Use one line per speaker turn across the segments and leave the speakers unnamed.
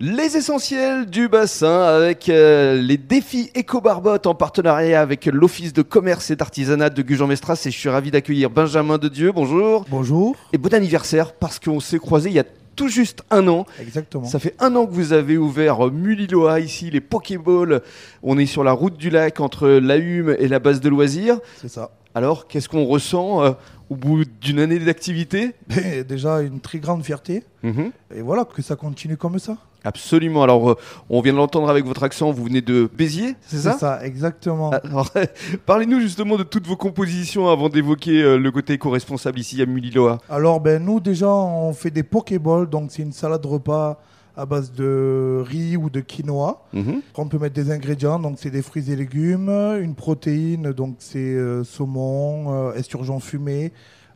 Les essentiels du bassin avec euh, les défis éco-barbotte en partenariat avec l'Office de commerce et d'artisanat de Gujan-Mestras et je suis ravi d'accueillir Benjamin de Dieu. Bonjour
Bonjour.
et bon anniversaire parce qu'on s'est croisés il y a tout juste un an.
Exactement.
Ça fait un an que vous avez ouvert euh, Muliloa ici, les Pokéballs. On est sur la route du lac entre la Hume et la base de loisirs.
C'est ça.
Alors qu'est-ce qu'on ressent euh, au bout d'une année d'activité
Mais déjà une très grande fierté.
Mhm.
Et voilà, que ça continue comme ça.
Absolument. Alors euh, on vient de l'entendre avec votre accent, vous venez de Béziers, c'est ça
exactement.
Ah, Alors, parlez-nous justement de toutes vos compositions avant d'évoquer euh, le côté éco-responsable ici à Muliloa.
Alors, ben, nous, déjà, on fait des Pokéballs. Donc, c'est une salade repas à base de riz ou de quinoa. On peut mettre des ingrédients. Donc, c'est des fruits et légumes. Une protéine. Donc, c'est euh, saumon, euh, esturgeon fumé.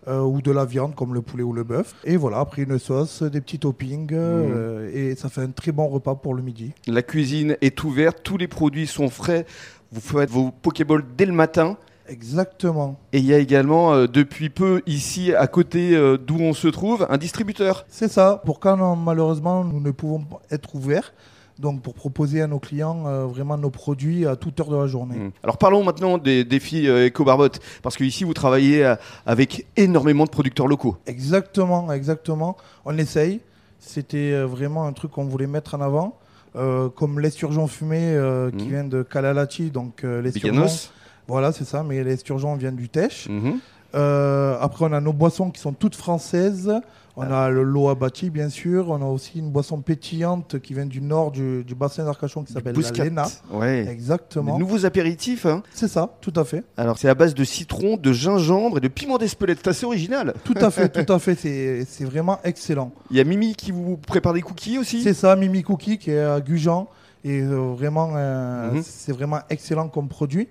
euh, ou de la viande comme le poulet ou le bœuf. Et voilà, après une sauce, des petits
Mmh.
toppings. euh, et ça fait un très bon repas pour le midi.
La cuisine est ouverte, tous les produits sont frais. Vous faites vos Pokéballs dès le matin.
Exactement.
Et il y a également, euh, depuis peu, ici, à côté euh, d'où on se trouve, un distributeur.
C'est ça. Pour quand non, malheureusement nous ne pouvons pas être ouverts, donc pour proposer à nos clients euh, vraiment nos produits à toute heure de la journée.
Mm. Alors parlons maintenant des défis euh, éco-barbotte, parce que ici vous travaillez euh, avec énormément de producteurs locaux.
Exactement, exactement. On essaye. C'était euh, vraiment un truc qu'on voulait mettre en avant, Euh, comme l'esturgeon fumé euh, qui
Mm.
vient de Kalalati, donc euh, l'esturgeon.
Biganos.
Voilà, c'est ça. Mais l'esturgeon vient du Teche.
Mm.
Euh, après, on a nos boissons qui sont toutes françaises. On a le lot abachi, bien sûr. On a aussi une boisson pétillante qui vient du nord du, du bassin d'Arcachon qui s'appelle la
Bouscat.
Lena.
Ouais. Des
Exactement.
nouveaux apéritifs. hein.
C'est ça, tout à fait.
Alors c'est à base de citron, de gingembre et de piment d'Espelette. C'est assez original.
Tout à fait, tout à fait. C'est c'est vraiment excellent.
Il y a Mimi qui vous prépare des cookies aussi.
C'est ça, Mimi Cookie qui est à Gujan. Et euh, vraiment, euh,
Mhm.
c'est vraiment excellent comme produit.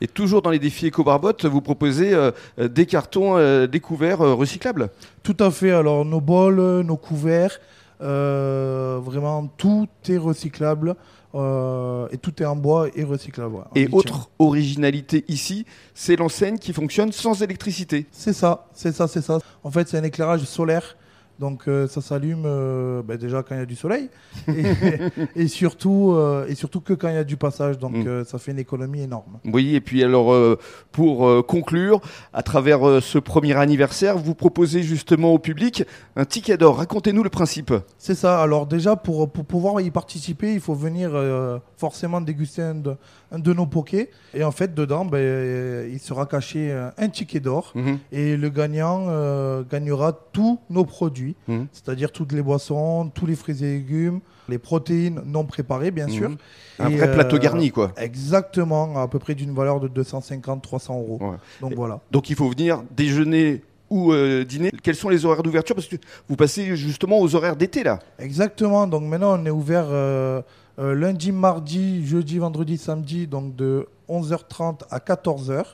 Et toujours dans les défis éco-barbotte, vous proposez euh, euh, des cartons euh, découverts euh, recyclables.
Tout à fait. Alors, nos bols, euh, nos couverts, euh, vraiment, tout est recyclable. euh, et tout est en bois et recyclable. ouais, en
Et
lithium.
autre originalité ici, c'est l'enseigne qui fonctionne sans électricité.
C'est ça, c'est ça, c'est ça. En fait, c'est un éclairage solaire. Donc euh, ça s'allume euh, ben, déjà quand il y a du soleil et, et surtout euh, et surtout que quand il y a du passage donc
Mm.
euh, ça fait une économie énorme.
Oui, et puis alors, euh, pour euh, conclure, à travers euh, ce premier anniversaire, vous proposez justement au public un ticket d'or. Racontez-nous le principe.
C'est ça. Alors déjà pour, pour pouvoir y participer, il faut venir euh, forcément déguster un de, un de nos pokés et en fait dedans ben, euh, il sera caché euh, un ticket d'or et le gagnant euh, gagnera tous nos produits,
Mhm.
c'est-à-dire toutes les boissons, tous les fruits et légumes, les protéines non préparées bien sûr.
Mhm. Un
Et,
vrai plateau
euh,
garni, quoi.
Exactement, à peu près d'une valeur de 250-300 euros.
Ouais.
Donc
Et-
voilà.
Donc il faut venir déjeuner ou euh, dîner. Quels sont les horaires d'ouverture Parce que vous passez justement aux horaires d'été, là.
Exactement, donc maintenant on est ouvert euh, euh, lundi, mardi, jeudi, vendredi, samedi, donc de 11h30 à 14h.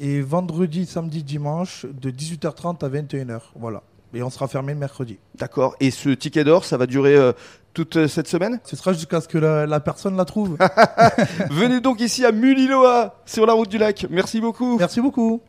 Et vendredi, samedi, dimanche, de 18h30 à 21h. Voilà. Et on sera fermé le mercredi.
D'accord. Et ce ticket d'or, ça va durer euh, toute euh, cette semaine
Ce sera jusqu'à ce que la, la personne la trouve.
Venez donc ici à Muliloa, sur la route du lac. Merci beaucoup.
Merci beaucoup.